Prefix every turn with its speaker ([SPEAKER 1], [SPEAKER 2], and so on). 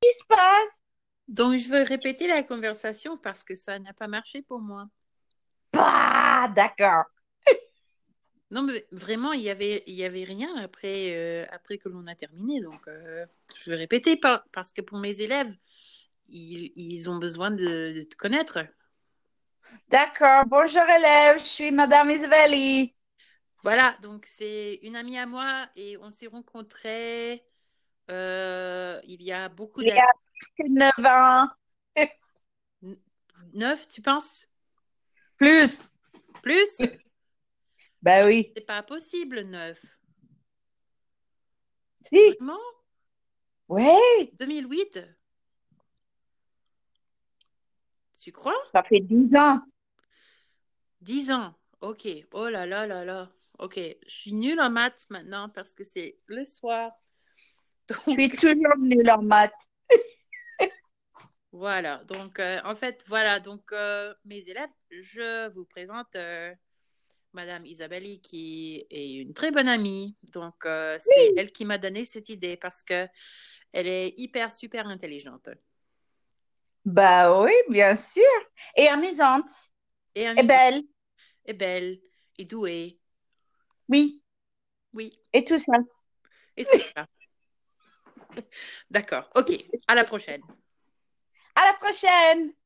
[SPEAKER 1] qui se passe
[SPEAKER 2] Donc, je veux répéter la conversation parce que ça n'a pas marché pour moi.
[SPEAKER 1] Bah, d'accord.
[SPEAKER 2] Non, mais vraiment, il y avait, il y avait rien après, euh, après que l'on a terminé. Donc, euh, je vais répéter pas, parce que pour mes élèves, ils, ils ont besoin de, de te connaître.
[SPEAKER 1] D'accord. Bonjour élève, je suis Madame Isveli.
[SPEAKER 2] Voilà, donc c'est une amie à moi et on s'est rencontrés euh, il y a beaucoup
[SPEAKER 1] Il y a
[SPEAKER 2] d'années.
[SPEAKER 1] plus de 9 ans.
[SPEAKER 2] Neuf, tu penses
[SPEAKER 1] Plus.
[SPEAKER 2] Plus
[SPEAKER 1] Ben oui.
[SPEAKER 2] C'est pas possible, neuf.
[SPEAKER 1] Si.
[SPEAKER 2] Vraiment
[SPEAKER 1] Oui.
[SPEAKER 2] 2008 Tu crois
[SPEAKER 1] Ça fait 10 ans.
[SPEAKER 2] 10 ans. Ok. Oh là là là là. Ok. Je suis nulle en maths maintenant parce que c'est le soir.
[SPEAKER 1] Je suis
[SPEAKER 2] Donc,
[SPEAKER 1] toujours nulle en maths.
[SPEAKER 2] voilà. Donc, euh, en fait, voilà. Donc, euh, mes élèves, je vous présente euh, Madame Isabelle qui est une très bonne amie. Donc, euh, c'est elle qui m'a donné cette idée parce que elle est hyper, super intelligente
[SPEAKER 1] Ben oui, bien sûr. Et amusante.
[SPEAKER 2] et
[SPEAKER 1] Et
[SPEAKER 2] amusante
[SPEAKER 1] belle.
[SPEAKER 2] et belle et douée.
[SPEAKER 1] Oui.
[SPEAKER 2] Oui.
[SPEAKER 1] Et tout ça.
[SPEAKER 2] Et tout ça. D'accord. Ok. À la prochaine.
[SPEAKER 1] À la prochaine.